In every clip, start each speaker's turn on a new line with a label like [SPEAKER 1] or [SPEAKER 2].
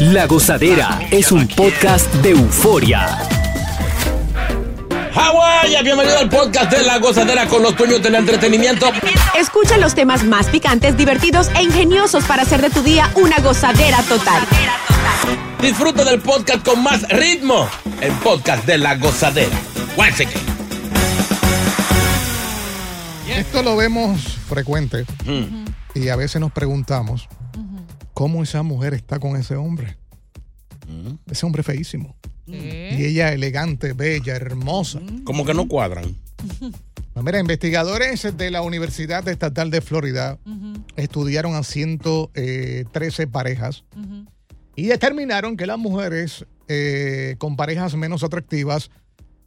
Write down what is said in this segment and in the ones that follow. [SPEAKER 1] La Gozadera es un podcast de euforia.
[SPEAKER 2] Hawái, bienvenido al podcast de la gozadera con los puños del entretenimiento.
[SPEAKER 3] Escucha los temas más picantes, divertidos e ingeniosos para hacer de tu día una gozadera total.
[SPEAKER 2] Disfruta del podcast con más ritmo. El podcast de la gozadera. Guánseque.
[SPEAKER 4] Esto lo vemos frecuente y a veces nos preguntamos cómo esa mujer está con ese hombre. Ese hombre feísimo. Y ella elegante, bella, hermosa.
[SPEAKER 2] Como que no cuadran.
[SPEAKER 4] Pues Mira, investigadores de la Universidad Estatal de Florida estudiaron a 113 parejas y determinaron que las mujeres eh, con parejas menos atractivas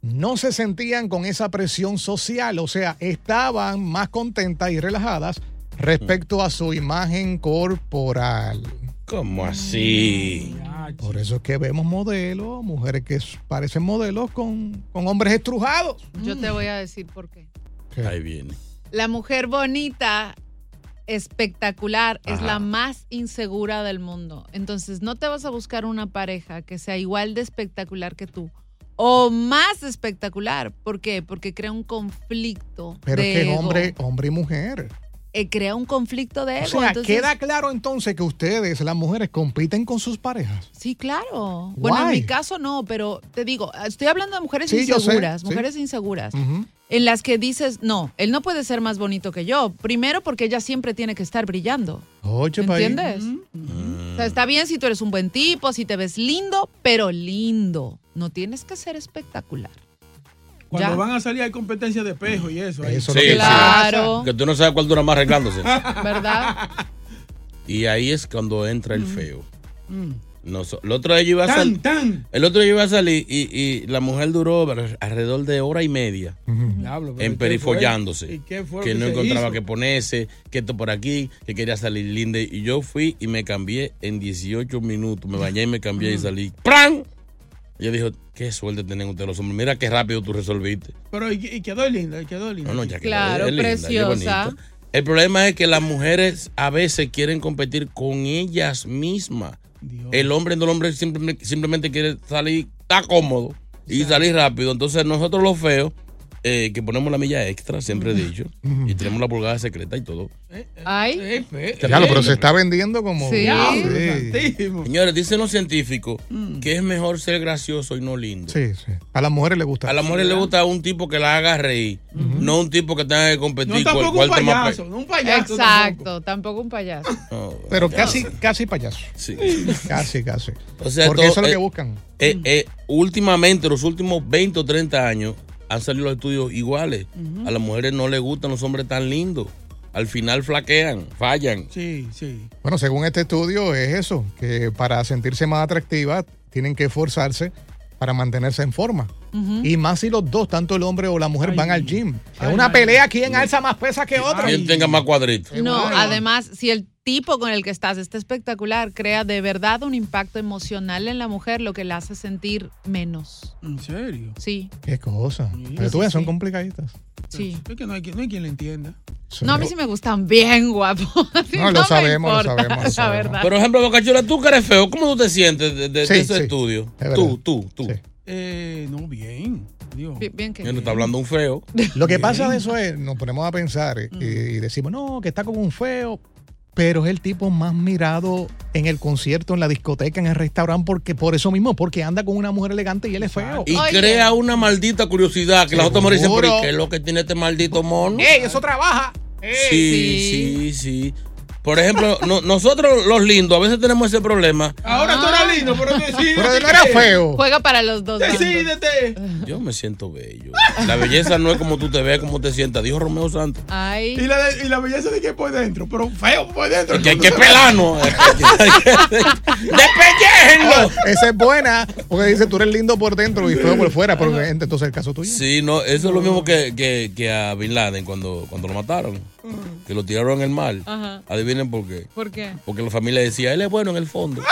[SPEAKER 4] no se sentían con esa presión social, o sea, estaban más contentas y relajadas respecto a su imagen corporal.
[SPEAKER 2] ¿Cómo así?
[SPEAKER 4] Por eso es que vemos modelos, mujeres que parecen modelos con, con hombres estrujados.
[SPEAKER 5] Yo te voy a decir por qué.
[SPEAKER 2] Ahí viene.
[SPEAKER 5] La mujer bonita, espectacular, es
[SPEAKER 2] Ajá.
[SPEAKER 5] la más insegura del mundo. Entonces, no te vas a buscar una pareja que sea igual de espectacular que tú. O más espectacular. ¿Por qué? Porque crea un conflicto.
[SPEAKER 4] Pero
[SPEAKER 5] de
[SPEAKER 4] es que
[SPEAKER 5] ego.
[SPEAKER 4] hombre, hombre y mujer.
[SPEAKER 5] Eh, crea un conflicto de
[SPEAKER 4] O
[SPEAKER 5] ego.
[SPEAKER 4] sea,
[SPEAKER 5] Entonces-
[SPEAKER 4] queda claro entonces que ustedes, las mujeres, compiten con sus parejas.
[SPEAKER 5] Sí, claro. Bueno, en
[SPEAKER 4] Guay.
[SPEAKER 5] mi caso no, pero te digo, estoy hablando de mujeres
[SPEAKER 4] Sí, yo sé,
[SPEAKER 5] inseguras,
[SPEAKER 4] sí.
[SPEAKER 5] mujeres inseguras.
[SPEAKER 4] Ujú.
[SPEAKER 5] en las que dices, no, él no puede ser más bonito que yo. Primero porque ella siempre tiene que estar brillando.
[SPEAKER 4] Oye, pa' ahí.
[SPEAKER 5] ¿Entiendes? O sea, está bien si tú eres un buen tipo, si te ves lindo, pero lindo. No tienes que ser espectacular.
[SPEAKER 6] Cuando
[SPEAKER 5] Ya.
[SPEAKER 6] van a salir hay competencia de espejo y eso. ahí.
[SPEAKER 4] Eso es
[SPEAKER 2] Sí,
[SPEAKER 4] lo que
[SPEAKER 5] Claro,
[SPEAKER 2] Que tú no sabes cuál dura más arreglándose.
[SPEAKER 5] ¿verdad?
[SPEAKER 2] y ahí es cuando entra el feo. No, so- el otro día yo iba
[SPEAKER 6] Mm.
[SPEAKER 2] a
[SPEAKER 6] Tan,
[SPEAKER 2] salir.
[SPEAKER 6] tan.
[SPEAKER 2] El otro día iba a salir y, y la mujer duró alrededor de hora y media.
[SPEAKER 6] Diablo, Mm. pero ¿y qué fue?
[SPEAKER 2] emperifollándose,
[SPEAKER 6] ¿Y qué fue lo
[SPEAKER 2] que no
[SPEAKER 6] se
[SPEAKER 2] encontraba
[SPEAKER 6] hizo?
[SPEAKER 2] que ponerse, que esto por aquí, que quería salir linda. Y yo fui y me cambié en 18 minutos. Me bañé y me cambié y
[SPEAKER 6] Mm.
[SPEAKER 2] salí. ¡Pran! Ella dijo, qué suerte tienen ustedes los hombres. Mira qué rápido tú resolviste.
[SPEAKER 6] Pero y, y quedó linda, y quedó linda.
[SPEAKER 2] No, no, ya que
[SPEAKER 5] Claro,
[SPEAKER 2] es linda, es
[SPEAKER 5] preciosa.
[SPEAKER 2] bonita. El problema es que las mujeres a veces quieren competir con ellas mismas.
[SPEAKER 6] Dios.
[SPEAKER 2] El hombre no el hombre simplemente, simplemente quiere salir, está cómodo y salir rápido. Entonces nosotros los feos, eh, que ponemos la milla extra, siempre he
[SPEAKER 6] Mm.
[SPEAKER 2] dicho, y tenemos la pulgada secreta y todo.
[SPEAKER 5] Ay,
[SPEAKER 6] Sí, fe-
[SPEAKER 4] pasa. Claro, pero se está vendiendo como.
[SPEAKER 5] Sí.
[SPEAKER 6] Diablo,
[SPEAKER 4] Sí.
[SPEAKER 6] santísimo.
[SPEAKER 2] Señores, dicen los científicos
[SPEAKER 6] Mm.
[SPEAKER 2] que es mejor ser gracioso y no lindo.
[SPEAKER 4] Sí, sí. A las mujeres les gusta.
[SPEAKER 2] A las mujeres les gusta un tipo que la haga reír, no un tipo que tenga que
[SPEAKER 6] No
[SPEAKER 2] competir con el
[SPEAKER 6] tampoco un
[SPEAKER 2] cual toma pe-
[SPEAKER 6] payaso, no un payaso. tampoco.
[SPEAKER 5] exacto, tampoco un payaso.
[SPEAKER 2] No,
[SPEAKER 4] Pero
[SPEAKER 2] ya
[SPEAKER 4] casi,
[SPEAKER 2] sé.
[SPEAKER 4] casi payaso.
[SPEAKER 2] Sí, sí.
[SPEAKER 4] Casi, casi.
[SPEAKER 2] O sea,
[SPEAKER 4] Porque
[SPEAKER 2] todo-
[SPEAKER 4] eso es lo
[SPEAKER 2] eh,
[SPEAKER 4] que buscan.
[SPEAKER 2] Eh,
[SPEAKER 6] Mm.
[SPEAKER 2] eh, últimamente, los últimos 20 o 30 años, han salido los estudios iguales. A las mujeres no les gustan los hombres tan lindos. Al final flaquean, fallan.
[SPEAKER 6] Sí, sí.
[SPEAKER 4] Bueno, según este estudio, es eso: que para sentirse más atractivas, tienen que esforzarse para mantenerse en forma. Y más si los dos, tanto el hombre o la mujer, van al gym. es una pelea quién alza más pesas que otra.
[SPEAKER 2] Quien tenga más cuadritos.
[SPEAKER 5] No, además, si el tipo con el que estás está espectacular, crea de verdad un impacto emocional en la mujer, lo que la hace sentir menos.
[SPEAKER 6] En serio.
[SPEAKER 5] Sí,
[SPEAKER 4] Qué cosa. Pero tú ves, son complicaditas.
[SPEAKER 5] sí.
[SPEAKER 6] Es que no hay, quien- no hay quien le entienda.
[SPEAKER 5] No, a mí sí me gustan bien guapos.
[SPEAKER 4] No, lo
[SPEAKER 5] me
[SPEAKER 4] sabemos, lo sabemos, lo
[SPEAKER 5] importa, La
[SPEAKER 4] sabemos.
[SPEAKER 5] verdad.
[SPEAKER 2] Por ejemplo, Bocachula, tú que eres feo, ¿cómo tú te sientes de, de- de
[SPEAKER 4] Sí,
[SPEAKER 2] esos
[SPEAKER 4] sí.
[SPEAKER 2] estudios?
[SPEAKER 4] Es
[SPEAKER 2] tú,
[SPEAKER 4] verdad.
[SPEAKER 2] tú, tú.
[SPEAKER 4] Sí.
[SPEAKER 6] Eh, no, bien. Dios.
[SPEAKER 5] Bien, bien que-
[SPEAKER 2] Mira, está hablando un feo.
[SPEAKER 4] Lo que pasa de eso es, nos ponemos a pensar eh, y, decimos, no, que está como un feo. pero es el tipo más mirado en el concierto, en la discoteca, en el restaurante, porque por eso mismo, porque anda con una mujer elegante y él es feo.
[SPEAKER 2] Y crea una maldita curiosidad que las otras mujeres dicen,
[SPEAKER 4] Seguro.
[SPEAKER 2] pero ¿y ¿qué es lo que tiene este maldito mono?
[SPEAKER 5] Eh,
[SPEAKER 4] ¡Ey, eso trabaja!
[SPEAKER 2] Sí, sí, sí. Por ejemplo, no- nosotros los lindos a veces tenemos ese problema.
[SPEAKER 6] Ahora tú eres lindo, pero decídete.
[SPEAKER 4] Pero él era feo.
[SPEAKER 5] Juega para los dos. bandos.
[SPEAKER 6] Decídete.
[SPEAKER 2] Yo me siento bello. La belleza no es como tú te ves, como te sientas. Dijo Romeo Santos.
[SPEAKER 6] Y
[SPEAKER 5] Ay,
[SPEAKER 6] la, de- y la belleza de que por dentro, pero feo por dentro.
[SPEAKER 2] Que hay que pelarnos. ¡Despellejenlo!
[SPEAKER 4] Esa es buena, porque dice tú eres lindo por dentro y feo por fuera, pero entonces el caso tuyo.
[SPEAKER 2] Sí, no, eso es lo mismo que, que- que a Bin Laden cuando, cuando lo mataron. Que lo tiraron en el mar.
[SPEAKER 5] Ajá.
[SPEAKER 2] Adivinen por qué.
[SPEAKER 5] ¿por qué?
[SPEAKER 2] Porque la familia decía, él es bueno en el fondo.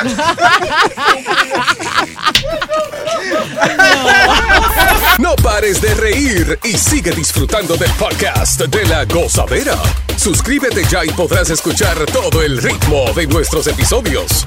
[SPEAKER 7] No pares de reír y sigue disfrutando del podcast de la gozadera. Suscríbete ya y podrás escuchar todo el ritmo de nuestros episodios.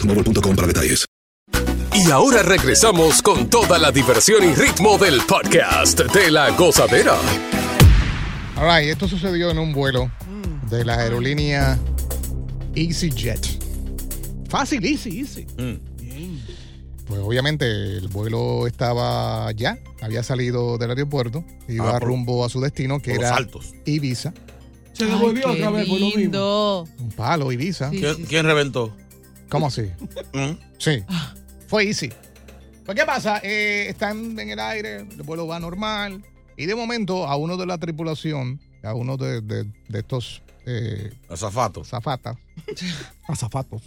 [SPEAKER 7] para detalles. Y ahora regresamos con toda la diversión y ritmo del podcast de la gozadera.
[SPEAKER 4] All right, esto sucedió en un vuelo de la aerolínea EasyJet. Fácil, easy, easy.
[SPEAKER 2] Mm.
[SPEAKER 4] Pues obviamente el vuelo estaba ya, había salido del aeropuerto, iba
[SPEAKER 2] Ah, por-
[SPEAKER 4] rumbo a su destino, que
[SPEAKER 2] por los
[SPEAKER 4] era
[SPEAKER 2] altos.
[SPEAKER 4] Ibiza.
[SPEAKER 6] Se
[SPEAKER 5] Ay,
[SPEAKER 6] devolvió
[SPEAKER 5] qué
[SPEAKER 6] otra vez por lo mismo.
[SPEAKER 5] lindo.
[SPEAKER 4] Un palo, Ibiza.
[SPEAKER 5] Sí.
[SPEAKER 2] ¿Quién, quién reventó?
[SPEAKER 4] ¿Cómo así?
[SPEAKER 2] ¿Mm?
[SPEAKER 4] Sí. Fue easy. Pues, ¿qué pasa? Eh, están en el aire, el vuelo va normal. Y de momento, a uno de la tripulación, a uno de, de- de estos eh,
[SPEAKER 2] Azafato.
[SPEAKER 4] zafatas, azafatos,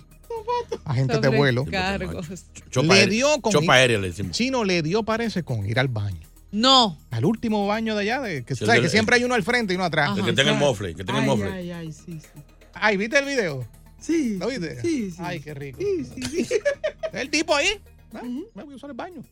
[SPEAKER 4] agentes de
[SPEAKER 5] Sobre
[SPEAKER 4] vuelo,
[SPEAKER 5] Cargos.
[SPEAKER 2] Chopa,
[SPEAKER 4] Le
[SPEAKER 2] aérea-
[SPEAKER 4] dio con-
[SPEAKER 2] chopa aérea le decimos.
[SPEAKER 4] chino le dio, parece, con ir al baño.
[SPEAKER 5] No.
[SPEAKER 4] Al último baño de allá, de, que,
[SPEAKER 2] Sí,
[SPEAKER 4] ¿sabes?
[SPEAKER 2] el-
[SPEAKER 4] que siempre hay uno al frente y uno atrás.
[SPEAKER 5] Ajá.
[SPEAKER 2] El que tenga el mofle, que tenga
[SPEAKER 6] Ay,
[SPEAKER 2] el mofle.
[SPEAKER 6] ay, ay, sí, sí.
[SPEAKER 4] Ay, ¿viste el video?
[SPEAKER 6] Sí.
[SPEAKER 4] ¿Lo viste?
[SPEAKER 6] Sí, sí.
[SPEAKER 4] Ay, qué rico.
[SPEAKER 6] Sí, sí, sí.
[SPEAKER 4] El tipo ahí. ¿no? Me voy a usar el baño.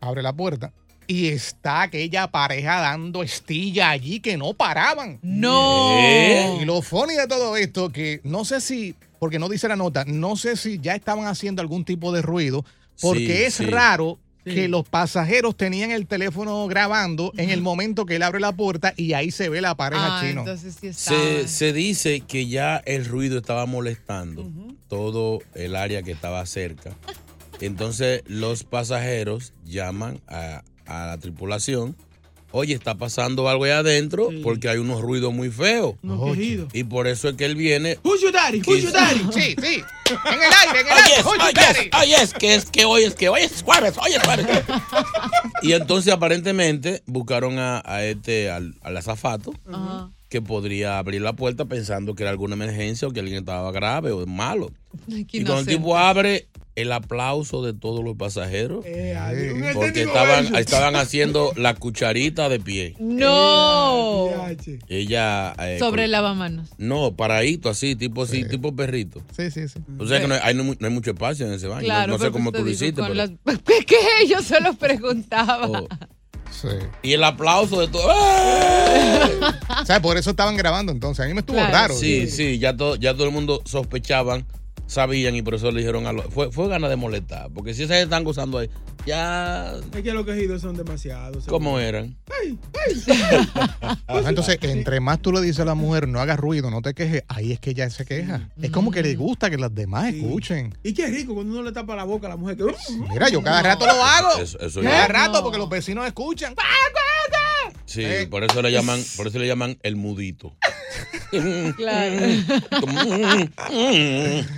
[SPEAKER 4] Abre la puerta. Y está aquella pareja dando estilla allí que no paraban.
[SPEAKER 5] No.
[SPEAKER 2] ¿Eh?
[SPEAKER 4] Y lo funny de todo esto, que no sé si, porque no dice la nota, no sé si ya estaban haciendo algún tipo de ruido, porque
[SPEAKER 2] Sí,
[SPEAKER 4] es
[SPEAKER 2] sí.
[SPEAKER 4] raro
[SPEAKER 6] Sí.
[SPEAKER 4] que los pasajeros tenían el teléfono grabando en el momento que él abre la puerta y ahí se ve la pareja
[SPEAKER 5] Ah,
[SPEAKER 4] chino.
[SPEAKER 5] entonces sí está.
[SPEAKER 2] Se, se dice que ya el ruido estaba molestando todo el área que estaba cerca. Entonces los pasajeros llaman a, a la tripulación. Oye, está pasando algo ahí adentro
[SPEAKER 6] Sí.
[SPEAKER 2] porque hay unos ruidos muy feos.
[SPEAKER 6] No,
[SPEAKER 4] Oye.
[SPEAKER 6] querido.
[SPEAKER 2] Y por eso es que él viene.
[SPEAKER 6] Who's your daddy? Who's your daddy?
[SPEAKER 4] Sí, sí. En el aire, en el
[SPEAKER 2] Oye,
[SPEAKER 4] aire.
[SPEAKER 2] es,
[SPEAKER 4] Oye,
[SPEAKER 2] oye,
[SPEAKER 4] Gary.
[SPEAKER 2] es, oye, es que es que hoy es que hoy es jueves, hoy es jueves. y entonces aparentemente buscaron a, a este, al, al azafato,
[SPEAKER 5] Ajá.
[SPEAKER 2] que podría abrir la puerta pensando que era alguna emergencia o que alguien estaba grave o malo.
[SPEAKER 5] Ay, qué
[SPEAKER 2] Y cuando el
[SPEAKER 5] inocente. Este
[SPEAKER 2] tipo abre, el aplauso de todos los pasajeros.
[SPEAKER 6] Eh, adiós. Un
[SPEAKER 2] Porque
[SPEAKER 6] auténtico
[SPEAKER 2] estaban,
[SPEAKER 6] bello.
[SPEAKER 2] estaban haciendo la cucharita de pie. Eh,
[SPEAKER 5] No.
[SPEAKER 6] Yache.
[SPEAKER 2] Ella. eh,
[SPEAKER 5] Sobre
[SPEAKER 2] con-
[SPEAKER 5] el lavamanos.
[SPEAKER 2] No, paradito así, tipo así, tipo perrito.
[SPEAKER 4] Sí, sí, sí.
[SPEAKER 2] O sea que no hay, ahí no, hay mu- no hay mucho espacio en ese baño.
[SPEAKER 5] Claro,
[SPEAKER 2] no sé
[SPEAKER 5] pero
[SPEAKER 2] cómo
[SPEAKER 5] te
[SPEAKER 2] tú lo
[SPEAKER 5] digo,
[SPEAKER 2] hiciste.
[SPEAKER 5] con
[SPEAKER 2] pero-
[SPEAKER 5] las- ¿Qué? qué? Yo solo preguntaba.
[SPEAKER 2] oh.
[SPEAKER 4] sí.
[SPEAKER 2] Y el aplauso de todo. ¡Eh!
[SPEAKER 4] O sea, por eso estaban grabando entonces. A mí me estuvo
[SPEAKER 5] Claro.
[SPEAKER 4] raro.
[SPEAKER 2] Sí, sí, ya todo, ya todo el mundo sospechaban, sabían y por eso le dijeron a los. Fue, fue ganas de molestar. Porque si se están gozando ahí, ya.
[SPEAKER 6] Es que los quejidos son demasiados.
[SPEAKER 2] ¿Cómo eran?
[SPEAKER 6] Pues,
[SPEAKER 4] Ajá, Entonces, entre más tú le dices a la mujer, no hagas ruido, no te quejes, ahí es que ella se queja. Es como que le gusta que las demás
[SPEAKER 6] Mm. Sí.
[SPEAKER 4] escuchen.
[SPEAKER 6] Y qué rico cuando uno le tapa la boca a la mujer. Que...
[SPEAKER 4] Mira, yo cada rato lo hago.
[SPEAKER 2] Eso, eso
[SPEAKER 4] Cada
[SPEAKER 2] ya.
[SPEAKER 4] rato
[SPEAKER 5] No.
[SPEAKER 4] porque los vecinos escuchan.
[SPEAKER 2] Sí, por eso le llaman, por eso le llaman el mudito.
[SPEAKER 6] Claro.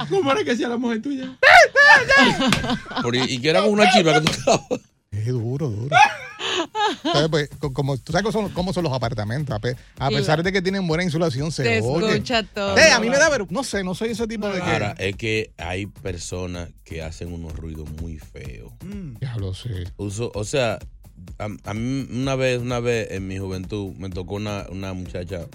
[SPEAKER 6] ¿Cómo era que hacía la mujer tuya?
[SPEAKER 2] Por- y que era como una chiva que tú
[SPEAKER 4] Es duro, duro. Entonces, pues, co- como, ¿Tú sabes cómo son, cómo son los apartamentos? A pe- A
[SPEAKER 2] Y-
[SPEAKER 4] pesar de que tienen buena insulación, se
[SPEAKER 5] Te
[SPEAKER 4] oye.
[SPEAKER 5] escucha todo.
[SPEAKER 4] Eh, a mí me da vergüenza. No sé, no soy ese tipo de que...
[SPEAKER 2] Ahora, es que hay personas que hacen unos ruidos muy feos.
[SPEAKER 4] Ya lo sé.
[SPEAKER 2] Uso- o sea, a, a mí una vez, una vez en mi juventud me tocó una, una muchacha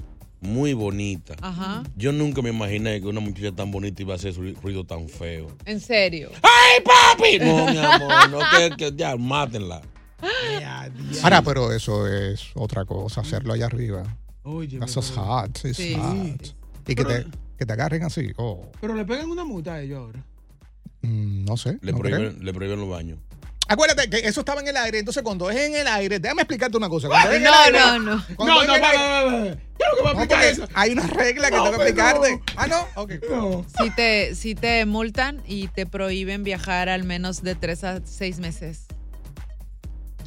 [SPEAKER 2] muy bonita.
[SPEAKER 5] Ajá.
[SPEAKER 2] Yo nunca me imaginé que una muchacha tan bonita iba a hacer su ruido tan feo.
[SPEAKER 5] En serio.
[SPEAKER 2] ¡Ay, papi! No, mi amor, no, que, que ya, mátenla.
[SPEAKER 4] Ahora, pero eso es otra cosa, hacerlo allá arriba.
[SPEAKER 6] Oye,
[SPEAKER 4] Eso es hot, it's
[SPEAKER 6] Sí.
[SPEAKER 4] hot. Y que te, que te agarren así, oh,
[SPEAKER 6] Pero le pegan una multa a ellos ahora.
[SPEAKER 4] mm, no sé.
[SPEAKER 2] Le
[SPEAKER 4] no creo.
[SPEAKER 2] prohíben, le prohíben los baños.
[SPEAKER 4] Acuérdate que eso estaba en el aire, entonces cuando es en el aire, déjame explicarte una cosa.
[SPEAKER 2] Ah,
[SPEAKER 4] Cuando es en el
[SPEAKER 6] No,
[SPEAKER 4] aire-
[SPEAKER 6] no, no.
[SPEAKER 4] cuando
[SPEAKER 6] No,
[SPEAKER 4] es en
[SPEAKER 6] no,
[SPEAKER 4] el
[SPEAKER 6] no,
[SPEAKER 4] aire-
[SPEAKER 6] no, no, no. Quiero que me
[SPEAKER 4] No,
[SPEAKER 6] apliques
[SPEAKER 4] porque
[SPEAKER 6] eso.
[SPEAKER 4] Hay una regla que
[SPEAKER 6] No,
[SPEAKER 4] tengo que
[SPEAKER 6] pues, no.
[SPEAKER 4] explicarte. Ah, no, ok.
[SPEAKER 5] Si te, si te multan y te prohíben viajar al menos de tres a seis meses.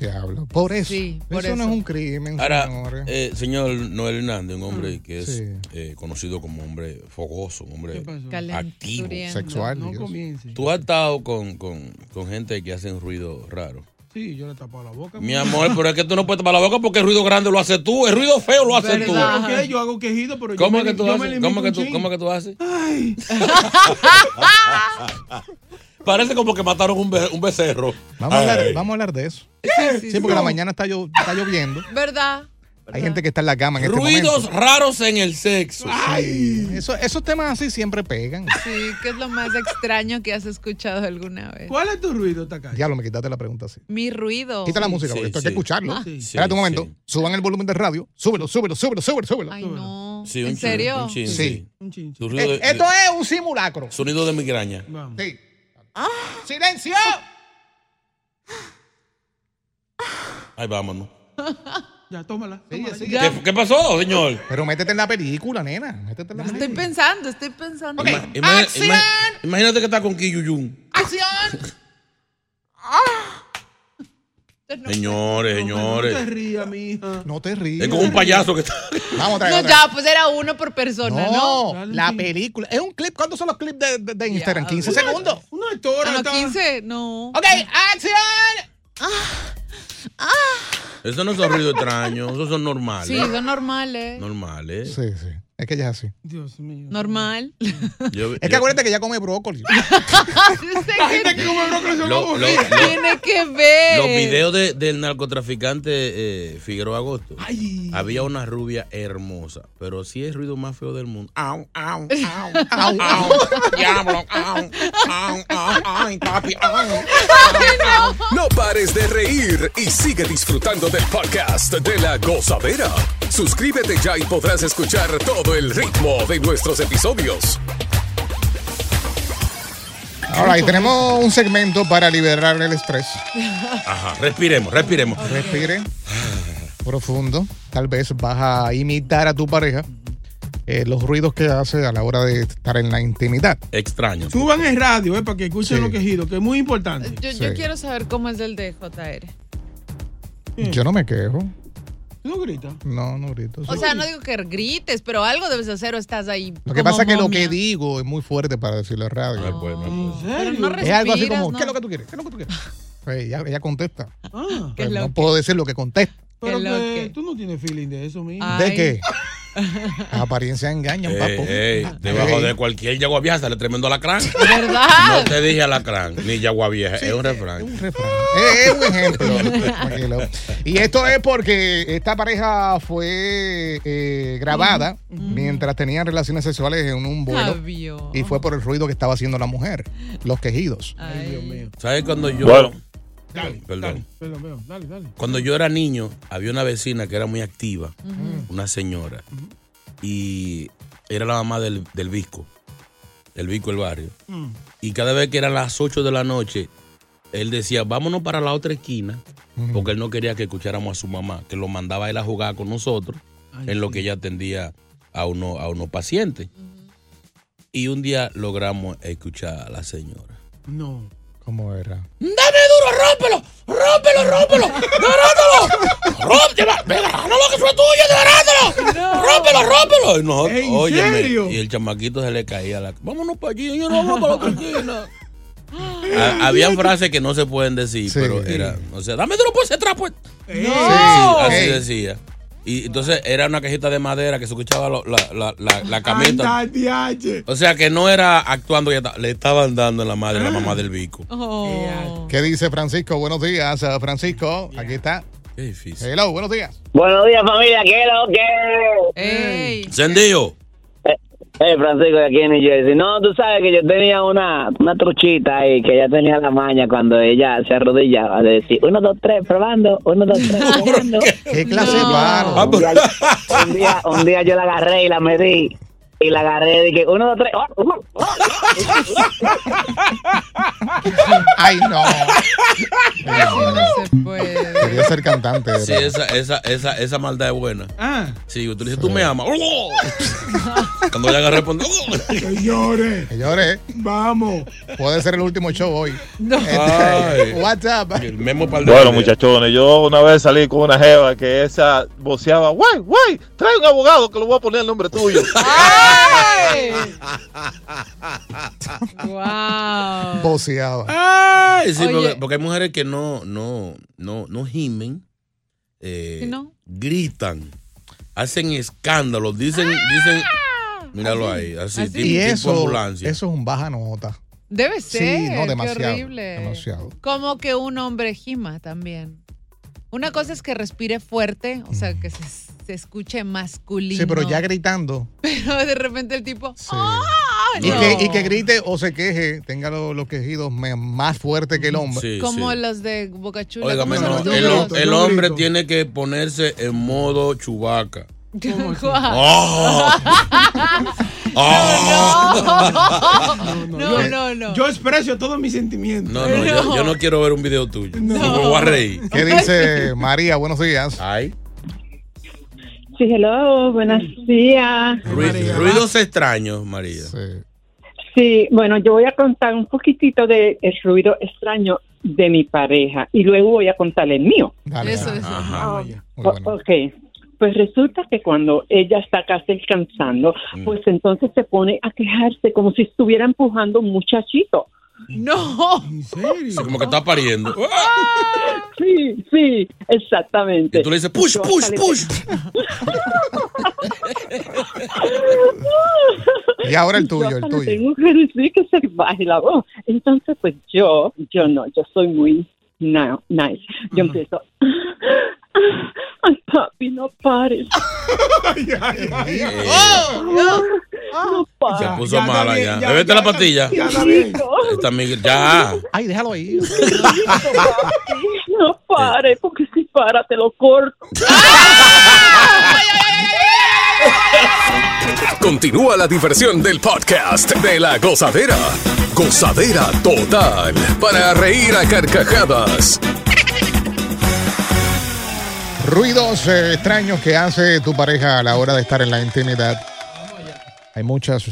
[SPEAKER 4] Diablo, por eso.
[SPEAKER 5] Sí,
[SPEAKER 4] eso,
[SPEAKER 5] por
[SPEAKER 4] no
[SPEAKER 5] eso.
[SPEAKER 4] es un crimen,
[SPEAKER 2] Ahora,
[SPEAKER 4] señores.
[SPEAKER 2] eh, señor Noel Hernández, un hombre que es
[SPEAKER 4] Sí.
[SPEAKER 2] eh, conocido como hombre fogoso, un hombre Mm. activo,
[SPEAKER 6] Calenturiento. No comience.
[SPEAKER 2] Tú has estado con, con- con gente que hacen ruido raro.
[SPEAKER 6] Sí, yo le he tapado la boca.
[SPEAKER 2] Mi amor, pero es que tú no puedes tapar la boca porque el ruido grande lo haces tú, el ruido feo lo haces tú.
[SPEAKER 6] ¿Verdad? Pero que yo hago quejido, pero
[SPEAKER 2] Ah.
[SPEAKER 6] yo
[SPEAKER 2] ¿Cómo es que
[SPEAKER 6] me-
[SPEAKER 2] tú
[SPEAKER 6] yo
[SPEAKER 2] haces?
[SPEAKER 6] me limito
[SPEAKER 2] ¿Cómo es que
[SPEAKER 6] un
[SPEAKER 2] tú,
[SPEAKER 6] chin.
[SPEAKER 2] cómo es que tú haces?
[SPEAKER 6] Ay.
[SPEAKER 2] Parece como que mataron un, be- un becerro.
[SPEAKER 4] Vamos a, hablar,
[SPEAKER 2] Ay.
[SPEAKER 4] vamos a hablar de eso.
[SPEAKER 5] Sí,
[SPEAKER 4] Sí,
[SPEAKER 5] sí,
[SPEAKER 4] porque
[SPEAKER 5] sí.
[SPEAKER 4] la mañana está, llo- está lloviendo.
[SPEAKER 5] ¿Verdad?
[SPEAKER 4] Hay gente que está en la cama en este
[SPEAKER 2] Ruidos
[SPEAKER 4] momento.
[SPEAKER 2] raros en el sexo.
[SPEAKER 4] Ay, eso- esos temas así siempre pegan.
[SPEAKER 5] Sí, ¿qué es lo más extraño que has escuchado alguna vez?
[SPEAKER 6] ¿Cuál es tu ruido, Takay?
[SPEAKER 4] Diablo, me quitaste la pregunta así.
[SPEAKER 5] Mi ruido.
[SPEAKER 4] Quita la música, porque esto hay que escucharlo.
[SPEAKER 5] Oh, Ah,
[SPEAKER 4] Espérate un momento. Suban el volumen de radio. Súbelo, súbelo, súbelo, súbelo, súbelo.
[SPEAKER 5] Ay, no.
[SPEAKER 2] Sí, un
[SPEAKER 5] ¿En
[SPEAKER 2] chin,
[SPEAKER 5] serio?
[SPEAKER 2] un chin,
[SPEAKER 4] Sí.
[SPEAKER 2] sí. Tu ruido
[SPEAKER 4] Eh,
[SPEAKER 2] de- Ah.
[SPEAKER 4] esto
[SPEAKER 2] de-
[SPEAKER 4] es un simulacro.
[SPEAKER 2] Sonido de migraña.
[SPEAKER 4] Sí.
[SPEAKER 5] Ah.
[SPEAKER 4] ¡Silencio!
[SPEAKER 2] Ahí vámonos.
[SPEAKER 6] Ya, tómala. tómala.
[SPEAKER 2] ¿Qué, qué pasó, señor?
[SPEAKER 4] Pero métete en la película, nena. Métete en la
[SPEAKER 5] Estoy pensando, estoy pensando.
[SPEAKER 2] Ima- ima- ima- imagínate que está con Kiyuyun.
[SPEAKER 5] ¡Acción! Ah.
[SPEAKER 2] Señores, señores.
[SPEAKER 6] rías, mija.
[SPEAKER 4] No te rías.
[SPEAKER 2] Es como un payaso que está.
[SPEAKER 4] Vamos otra vez,
[SPEAKER 5] No,
[SPEAKER 4] otra vez.
[SPEAKER 5] ya, pues era uno por persona, ¿no?
[SPEAKER 4] No,
[SPEAKER 5] Ah,
[SPEAKER 4] la película. Es un clip. ¿Cuántos son los clips de, de- de Instagram? 15 segundos.
[SPEAKER 6] Una
[SPEAKER 5] Ah,
[SPEAKER 6] actora.
[SPEAKER 5] no, 15, no.
[SPEAKER 4] Ok, acción.
[SPEAKER 2] Esos no son ruidos extraños, esos son normales.
[SPEAKER 5] Sí, son normales.
[SPEAKER 2] Normales.
[SPEAKER 4] Sí, sí. Es que ya es así.
[SPEAKER 6] Dios mío.
[SPEAKER 5] Normal.
[SPEAKER 2] Yo-
[SPEAKER 4] Es que
[SPEAKER 2] yo-
[SPEAKER 4] acuérdate que ya come brócoli.
[SPEAKER 5] La gente
[SPEAKER 6] que come brócoli
[SPEAKER 2] son Lo- lo- aburridos. lo-
[SPEAKER 5] Tiene que ver.
[SPEAKER 6] Eh.
[SPEAKER 2] Los videos de- del narcotraficante eh, Figueroa Agosto.
[SPEAKER 6] Ay.
[SPEAKER 2] Había una rubia hermosa, pero sí es ruido más feo del mundo. Au, au, au,
[SPEAKER 4] Au,
[SPEAKER 2] au,
[SPEAKER 4] au.
[SPEAKER 2] diablo, au, au, au, ay, papi, au.
[SPEAKER 7] No pares de reír y sigue disfrutando del podcast de la gozadera. Suscríbete ya y podrás escuchar todo el ritmo de nuestros episodios.
[SPEAKER 4] Ahora, y tenemos un segmento para liberar el estrés.
[SPEAKER 2] Ajá, respiremos, respiremos.
[SPEAKER 4] Respire profundo. Tal vez vas a imitar a tu pareja eh, los ruidos que hace a la hora de estar en la intimidad.
[SPEAKER 2] Extraño.
[SPEAKER 6] Suban el radio, eh, para que escuchen
[SPEAKER 4] Sí.
[SPEAKER 6] los quejidos, que es muy importante.
[SPEAKER 5] Yo, yo quiero saber cómo es el de JR.
[SPEAKER 4] Yo no me quejo.
[SPEAKER 6] Mm. ¿Tú no gritas?
[SPEAKER 4] No, no grito.
[SPEAKER 5] O
[SPEAKER 4] sí.
[SPEAKER 5] sea, no digo que grites, pero algo debes hacer o estás ahí.
[SPEAKER 4] lo que
[SPEAKER 5] como
[SPEAKER 4] pasa es que lo
[SPEAKER 5] momia.
[SPEAKER 4] que digo es muy fuerte para decirlo en radio.
[SPEAKER 2] pues,
[SPEAKER 6] pues,
[SPEAKER 5] Pero no respiras,
[SPEAKER 4] es algo así como,
[SPEAKER 5] ¿no?
[SPEAKER 4] ¿qué es lo que tú quieres? ¿Qué es lo que tú quieres? Eh, ella, ella contesta.
[SPEAKER 6] Ah,
[SPEAKER 4] Pues no puedo decir lo que contesta.
[SPEAKER 6] pero
[SPEAKER 5] Qué
[SPEAKER 6] que
[SPEAKER 5] loque.
[SPEAKER 6] tú no tienes feeling de eso, mija.
[SPEAKER 4] ¿De qué? Las apariencias engañan, papo. Ah,
[SPEAKER 2] Ey, ey, debajo
[SPEAKER 4] Ey.
[SPEAKER 2] de cualquier yagua vieja sale tremendo alacrán.
[SPEAKER 5] ¿Verdad?
[SPEAKER 2] No te dije alacrán, ni yagua vieja, es un refrán.
[SPEAKER 4] Es, es un ejemplo. Tranquilo. Y esto es porque esta pareja fue eh, grabada mientras tenían relaciones sexuales en un vuelo
[SPEAKER 5] Sabio.
[SPEAKER 4] y fue por el ruido que estaba haciendo la mujer, los quejidos.
[SPEAKER 5] Ay, Dios mío.
[SPEAKER 2] ¿Sabes cuando yo.
[SPEAKER 6] Dale,
[SPEAKER 2] Perdón.
[SPEAKER 6] dale, perdón, perdón, dale, dale.
[SPEAKER 2] Cuando yo era niño, había una vecina que era muy activa, una señora, y era la mamá del, del Visco, del Visco del barrio.
[SPEAKER 6] Mm.
[SPEAKER 2] Y cada vez que eran las 8 de la noche, él decía, vámonos para la otra esquina, porque él no quería que escucháramos a su mamá, que lo mandaba él a jugar con nosotros, en lo que ella atendía a uno, a unos pacientes. Y un día logramos escuchar a la señora.
[SPEAKER 6] No.
[SPEAKER 4] ¿Cómo era?
[SPEAKER 2] ¡Dame duro, rómpelo! ¡Rómpelo, rómpelo! ¡Desbaratalo! ¡Rómpelo! ¡Desbarátalo, que fue tuyo! ¡Desbarátalo! ¡Rómpelo, rómpelo! Y nosotros,
[SPEAKER 6] ¿En
[SPEAKER 2] óyeme,
[SPEAKER 6] serio?
[SPEAKER 2] y el chamaquito se le caía la... Vámonos para allí, yo no, vámonos para la otra esquina. Ha- Habían frases que no se pueden decir, pero era... O sea, dame pues, de por ese trapo. Oh. Sí, así
[SPEAKER 6] Ey.
[SPEAKER 2] decía. Y entonces era una cajita de madera que se escuchaba lo- la, la, la, la camita.
[SPEAKER 6] Anda, diache.
[SPEAKER 2] O sea que no era actuando, ya está- le estaban dando en la madre a la mamá del bico.
[SPEAKER 4] ¿Qué dice Francisco? Buenos días, eh, Francisco. Aquí está.
[SPEAKER 2] Qué
[SPEAKER 6] Eh.
[SPEAKER 2] difícil.
[SPEAKER 4] Hello, buenos días.
[SPEAKER 8] Buenos días, familia. ¿Qué es lo que?
[SPEAKER 2] Sendillo.
[SPEAKER 8] Eh, eh, Francisco, de aquí en New Jersey. No, tú sabes que yo tenía una, una truchita ahí, que ella tenía la maña cuando ella se arrodillaba de decir, uno, dos, tres, probando, uno, dos, tres, probando.
[SPEAKER 4] ¿Qué clase
[SPEAKER 8] de
[SPEAKER 4] barro?
[SPEAKER 8] Un día, un día- un día yo la agarré y la medí. Y la agarré y dije, uno, dos, tres. oh, oh, oh".
[SPEAKER 4] Ay, no.
[SPEAKER 5] No se puede.
[SPEAKER 4] Quería ser cantante. ¿verdad?
[SPEAKER 2] Sí, esa, esa, esa, esa maldad es buena.
[SPEAKER 6] Ah,
[SPEAKER 2] Sí, tú le dices, tú me amas. Cuando ella responde, "Oh".
[SPEAKER 6] señores,
[SPEAKER 4] Señores,
[SPEAKER 6] vamos.
[SPEAKER 4] puede ser el último show hoy.
[SPEAKER 2] ay.
[SPEAKER 4] WhatsApp.
[SPEAKER 2] El memo para el
[SPEAKER 9] Bueno, muchachones, yo una vez salí con una jeva que esa voceaba, guay, guay, trae un abogado que lo voy a poner el nombre tuyo.
[SPEAKER 4] Eh,
[SPEAKER 5] Wow.
[SPEAKER 4] Voceaba.
[SPEAKER 2] Ay, sí,
[SPEAKER 5] Oye.
[SPEAKER 2] porque, porque hay mujeres que no, no, no, no gimen, eh,
[SPEAKER 5] ¿Y no?
[SPEAKER 2] gritan, hacen escándalos, dicen, dicen, míralo ahí, así,
[SPEAKER 5] así.
[SPEAKER 2] tipo,
[SPEAKER 4] Y
[SPEAKER 2] tipo
[SPEAKER 4] eso,
[SPEAKER 2] ambulancia.
[SPEAKER 4] eso es un baja nota.
[SPEAKER 5] Debe
[SPEAKER 4] Sí,
[SPEAKER 5] ser.
[SPEAKER 4] no,
[SPEAKER 5] qué
[SPEAKER 4] demasiado.
[SPEAKER 5] horrible.
[SPEAKER 4] Demasiado.
[SPEAKER 5] Como que un hombre gima también. Una cosa es que respire fuerte, o sea, que se, se escuche masculino.
[SPEAKER 4] Mm. Sí, pero ya gritando.
[SPEAKER 5] Pero de repente el tipo.
[SPEAKER 4] Sí.
[SPEAKER 5] "Ah,
[SPEAKER 4] Y,
[SPEAKER 5] no".
[SPEAKER 4] que, y que grite o se queje, tenga lo- los quejidos me- más fuerte que el hombre.
[SPEAKER 2] Sí,
[SPEAKER 5] Como
[SPEAKER 2] sí.
[SPEAKER 5] los de Boca Chula.
[SPEAKER 2] Óigame,
[SPEAKER 5] ¿cómo
[SPEAKER 2] no,
[SPEAKER 5] son los
[SPEAKER 2] el,
[SPEAKER 5] duros?
[SPEAKER 2] el
[SPEAKER 6] Yo
[SPEAKER 2] hombre
[SPEAKER 6] grito.
[SPEAKER 2] tiene que ponerse en modo chubaca.
[SPEAKER 5] Guau.
[SPEAKER 6] Oh. No, no,
[SPEAKER 5] No,
[SPEAKER 6] yo-
[SPEAKER 5] no, no.
[SPEAKER 6] Yo expreso todos mis sentimientos.
[SPEAKER 2] No, no, yo, yo no quiero ver un video tuyo.
[SPEAKER 6] No.
[SPEAKER 2] porque Me voy a reír.
[SPEAKER 4] ¿Qué dice María? Buenos días.
[SPEAKER 2] Ay,
[SPEAKER 10] Sí, hello, buenos días.
[SPEAKER 2] ruid- ruidos extraños, María.
[SPEAKER 4] Sí.
[SPEAKER 10] Sí, bueno, yo voy a contar un poquitito de el ruido extraño de mi pareja y luego voy a contar el mío.
[SPEAKER 4] Dale,
[SPEAKER 5] Eso
[SPEAKER 4] dale.
[SPEAKER 5] es.
[SPEAKER 2] Ajá.
[SPEAKER 4] Muy bueno.
[SPEAKER 10] O- ok, pues resulta que cuando ella está casi descansando,
[SPEAKER 2] Mm.
[SPEAKER 10] pues entonces se pone a quejarse como si estuviera empujando un muchachito.
[SPEAKER 5] No.
[SPEAKER 6] ¿En serio? Ah.
[SPEAKER 2] Sí, como que está pariendo.
[SPEAKER 10] Sí, sí, exactamente.
[SPEAKER 2] Y tú le dices, push,
[SPEAKER 10] Yo
[SPEAKER 2] push,
[SPEAKER 10] hasta le-
[SPEAKER 2] push.
[SPEAKER 4] Y ahora
[SPEAKER 10] yo
[SPEAKER 4] el tuyo, el
[SPEAKER 10] hasta le
[SPEAKER 4] tuyo.
[SPEAKER 10] tengo que decir que se baje la voz. Entonces, pues yo, yo no, yo soy muy na- nice. Yo empiezo, "Ah, ay papi, no pares,
[SPEAKER 2] Eh,
[SPEAKER 10] no
[SPEAKER 2] se
[SPEAKER 10] pares.
[SPEAKER 2] puso mala Ah, ya.
[SPEAKER 6] Ah. ya,
[SPEAKER 2] Bebete
[SPEAKER 6] ya,
[SPEAKER 2] la
[SPEAKER 6] ya,
[SPEAKER 2] pastilla.
[SPEAKER 6] Ya está bien.
[SPEAKER 10] No,
[SPEAKER 2] Esta amiga, ya.
[SPEAKER 4] Ay, déjalo ahí.
[SPEAKER 10] papi, no pares, porque si para te lo corto.
[SPEAKER 7] Continúa la diversión del podcast de la gozadera. Gozadera total. Para reír a carcajadas.
[SPEAKER 4] Ruidos eh, extraños que hace tu pareja a la hora de estar en la intimidad. Hay muchas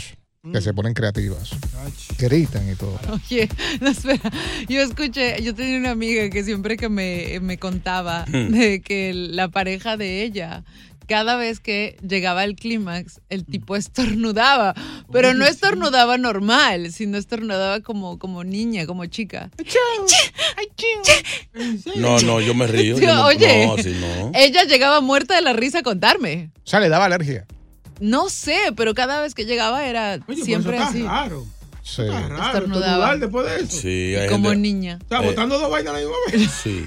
[SPEAKER 4] que se ponen creativas. Gritan y todo.
[SPEAKER 5] Oye, no, espera. Yo escuché, yo tenía una amiga que siempre que me, me contaba
[SPEAKER 2] Mm.
[SPEAKER 5] de que la pareja de ella, cada vez que llegaba el clímax, el tipo estornudaba. Pero no estornudaba normal, sino estornudaba como, como niña, como chica.
[SPEAKER 2] No, no, yo me río. yo no,
[SPEAKER 5] Oye, Eh,
[SPEAKER 2] no, así no.
[SPEAKER 5] ella llegaba muerta de la risa a contarme.
[SPEAKER 4] O sea, le daba alergia.
[SPEAKER 5] No sé, pero cada vez que llegaba era
[SPEAKER 6] Oye,
[SPEAKER 5] siempre
[SPEAKER 6] pero eso
[SPEAKER 5] así.
[SPEAKER 6] Está raro.
[SPEAKER 4] Sí.
[SPEAKER 6] Está raro.
[SPEAKER 5] Ah, Estornudaba.
[SPEAKER 6] estornudar después de eso.
[SPEAKER 2] Sí, hay
[SPEAKER 5] Como
[SPEAKER 2] gente-
[SPEAKER 5] niña.
[SPEAKER 6] Está
[SPEAKER 2] Eh.
[SPEAKER 6] botando dos vainas a la misma vez.
[SPEAKER 2] Sí.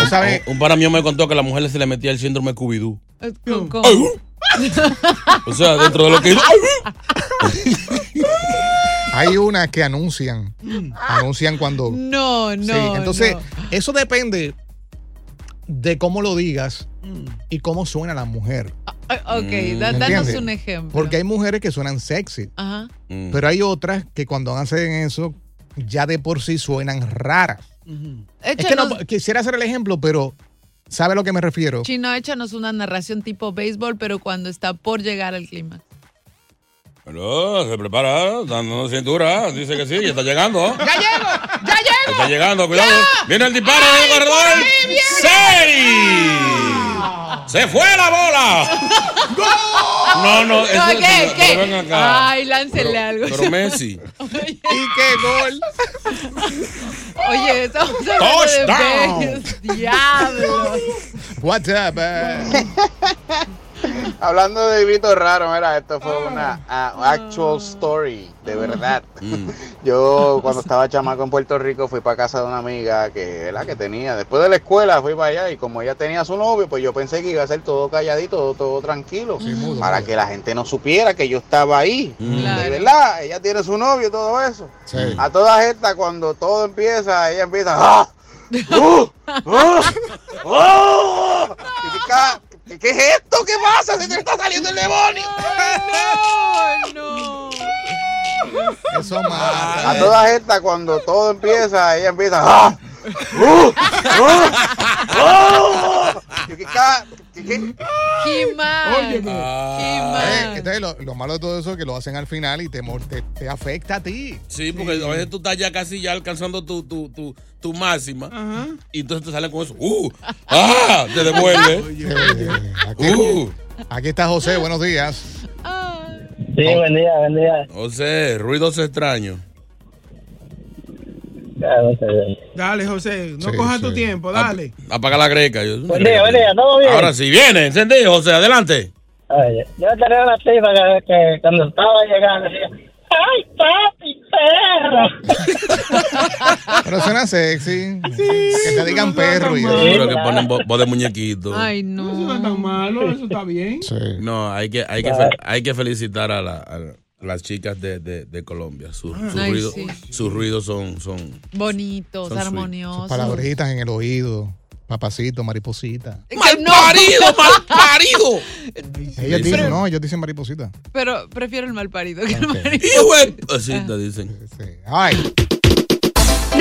[SPEAKER 4] ¿Tú sabes?
[SPEAKER 2] Un para mío me contó que a la mujer se le metía el síndrome Scooby-Doo.
[SPEAKER 5] Eh, con- con-
[SPEAKER 2] O sea, dentro de lo que hizo.
[SPEAKER 4] Hay unas que anuncian. Anuncian cuando.
[SPEAKER 5] No, no.
[SPEAKER 4] Sí, entonces,
[SPEAKER 5] no.
[SPEAKER 4] eso depende de cómo lo digas
[SPEAKER 5] Mm.
[SPEAKER 4] y cómo suena la mujer.
[SPEAKER 5] Ah,
[SPEAKER 11] mm,
[SPEAKER 5] Ok, da-
[SPEAKER 4] ¿Me
[SPEAKER 5] danos
[SPEAKER 4] entiendes?
[SPEAKER 5] un ejemplo.
[SPEAKER 4] Porque hay mujeres que suenan sexy,
[SPEAKER 5] Ajá.
[SPEAKER 2] Mm.
[SPEAKER 4] pero hay otras que cuando hacen eso ya de por sí suenan raras. Es que no,
[SPEAKER 5] Échanos,
[SPEAKER 4] quisiera hacer el ejemplo, pero ¿sabe a lo que me refiero?
[SPEAKER 5] Chino, échanos una narración tipo béisbol, pero cuando está por llegar al clima.
[SPEAKER 2] Aló, se prepara, dando cintura, dice que sí, ya está llegando.
[SPEAKER 12] ¡Ya llego! ¡Ya llego!
[SPEAKER 2] Está llegando, cuidado. Viene el disparo
[SPEAKER 12] ¡Ay,
[SPEAKER 2] del corredor.
[SPEAKER 12] por ahí viene!
[SPEAKER 2] ¡Seis! ¡Se fue la bola! No, no, eso
[SPEAKER 5] No,
[SPEAKER 2] es-
[SPEAKER 5] ¿qué?
[SPEAKER 2] pero-
[SPEAKER 5] ¿Qué?
[SPEAKER 2] pero ven acá.
[SPEAKER 5] Ay, láncele algo.
[SPEAKER 2] Pero Messi.
[SPEAKER 5] ¿Y qué gol? Oye, estamos
[SPEAKER 4] Touchdown.
[SPEAKER 5] hablando de Vegas. Diablo.
[SPEAKER 4] What's up? eh?
[SPEAKER 11] Hablando de gritos raros, mira, esto fue una ah, actual story, de verdad. Yo cuando estaba chamaco en Puerto Rico fui para casa de una amiga que la que tenía. Después de la escuela fui para allá y como ella tenía a su novio, pues yo pensé que iba a ser todo calladito, todo, todo tranquilo, para que la gente no supiera que yo estaba ahí.
[SPEAKER 5] Mm.
[SPEAKER 11] De verdad, ella tiene su novio y todo eso. A todas estas, cuando todo empieza, ella empieza... ¡Ah! ¡Uh! ¡Ah! ¡Oh! Y pica- ¿Qué, qué es esto? ¿Qué pasa? ¡Se te está saliendo el demonio!
[SPEAKER 4] Eso
[SPEAKER 5] Ah.
[SPEAKER 4] mata.
[SPEAKER 11] A
[SPEAKER 2] Eh.
[SPEAKER 11] todas estas, cuando todo empieza, ella empieza. ¡Ah! ¡Uh! ¡Oh! ¡Oh! Yo, ¿qué ca- qué- qué?
[SPEAKER 4] Óyeme.
[SPEAKER 6] Ah,
[SPEAKER 4] Eh, entonces, lo, lo malo de todo eso es que lo hacen al final y te, mor- te, te afecta a ti.
[SPEAKER 2] Sí, porque a veces tú estás ya casi ya alcanzando tu, tu, tu, tu máxima. Y entonces te salen con eso. ¡Uh! ¡Ah! Te devuelve. ¡Uh!
[SPEAKER 4] Aquí está José, buenos días.
[SPEAKER 2] Sí, buen
[SPEAKER 8] día, buen día.
[SPEAKER 2] José, ruidos extraños.
[SPEAKER 6] Dale, José, no cojas tu tiempo,
[SPEAKER 4] Ah,
[SPEAKER 6] dale.
[SPEAKER 2] Apaga la greca. Yo,
[SPEAKER 6] Buen día, buen día, ¿todo bien?
[SPEAKER 2] Ahora sí, viene, encendido, José, adelante.
[SPEAKER 8] Oye, yo tenía una tipa que, que cuando estaba llegando decía, ¡ay, papi, perro!
[SPEAKER 4] Pero suena sexy. que te digan perro y eso.
[SPEAKER 2] Seguro que ponen vo- voz de muñequito.
[SPEAKER 5] Ay, no.
[SPEAKER 6] Eso no es tan malo, eso está bien.
[SPEAKER 2] No, hay que, hay que, fel- hay que felicitar a, la- a las chicas de, de- de Colombia. Su-
[SPEAKER 5] Ah.
[SPEAKER 2] Sus
[SPEAKER 5] Ay,
[SPEAKER 2] ruidos
[SPEAKER 5] sí.
[SPEAKER 2] sus ruidos son, son
[SPEAKER 5] Bonitos,
[SPEAKER 2] Son sweet.
[SPEAKER 5] armoniosos.
[SPEAKER 4] Palabritas en el oído. Papacito, mariposita.
[SPEAKER 5] parido,
[SPEAKER 2] mal parido.
[SPEAKER 4] Ellos
[SPEAKER 2] Sí,
[SPEAKER 4] dicen,
[SPEAKER 2] sí.
[SPEAKER 4] no, ellos dicen mariposita.
[SPEAKER 5] Pero prefiero el mal parido que el marido.
[SPEAKER 2] Así te dicen.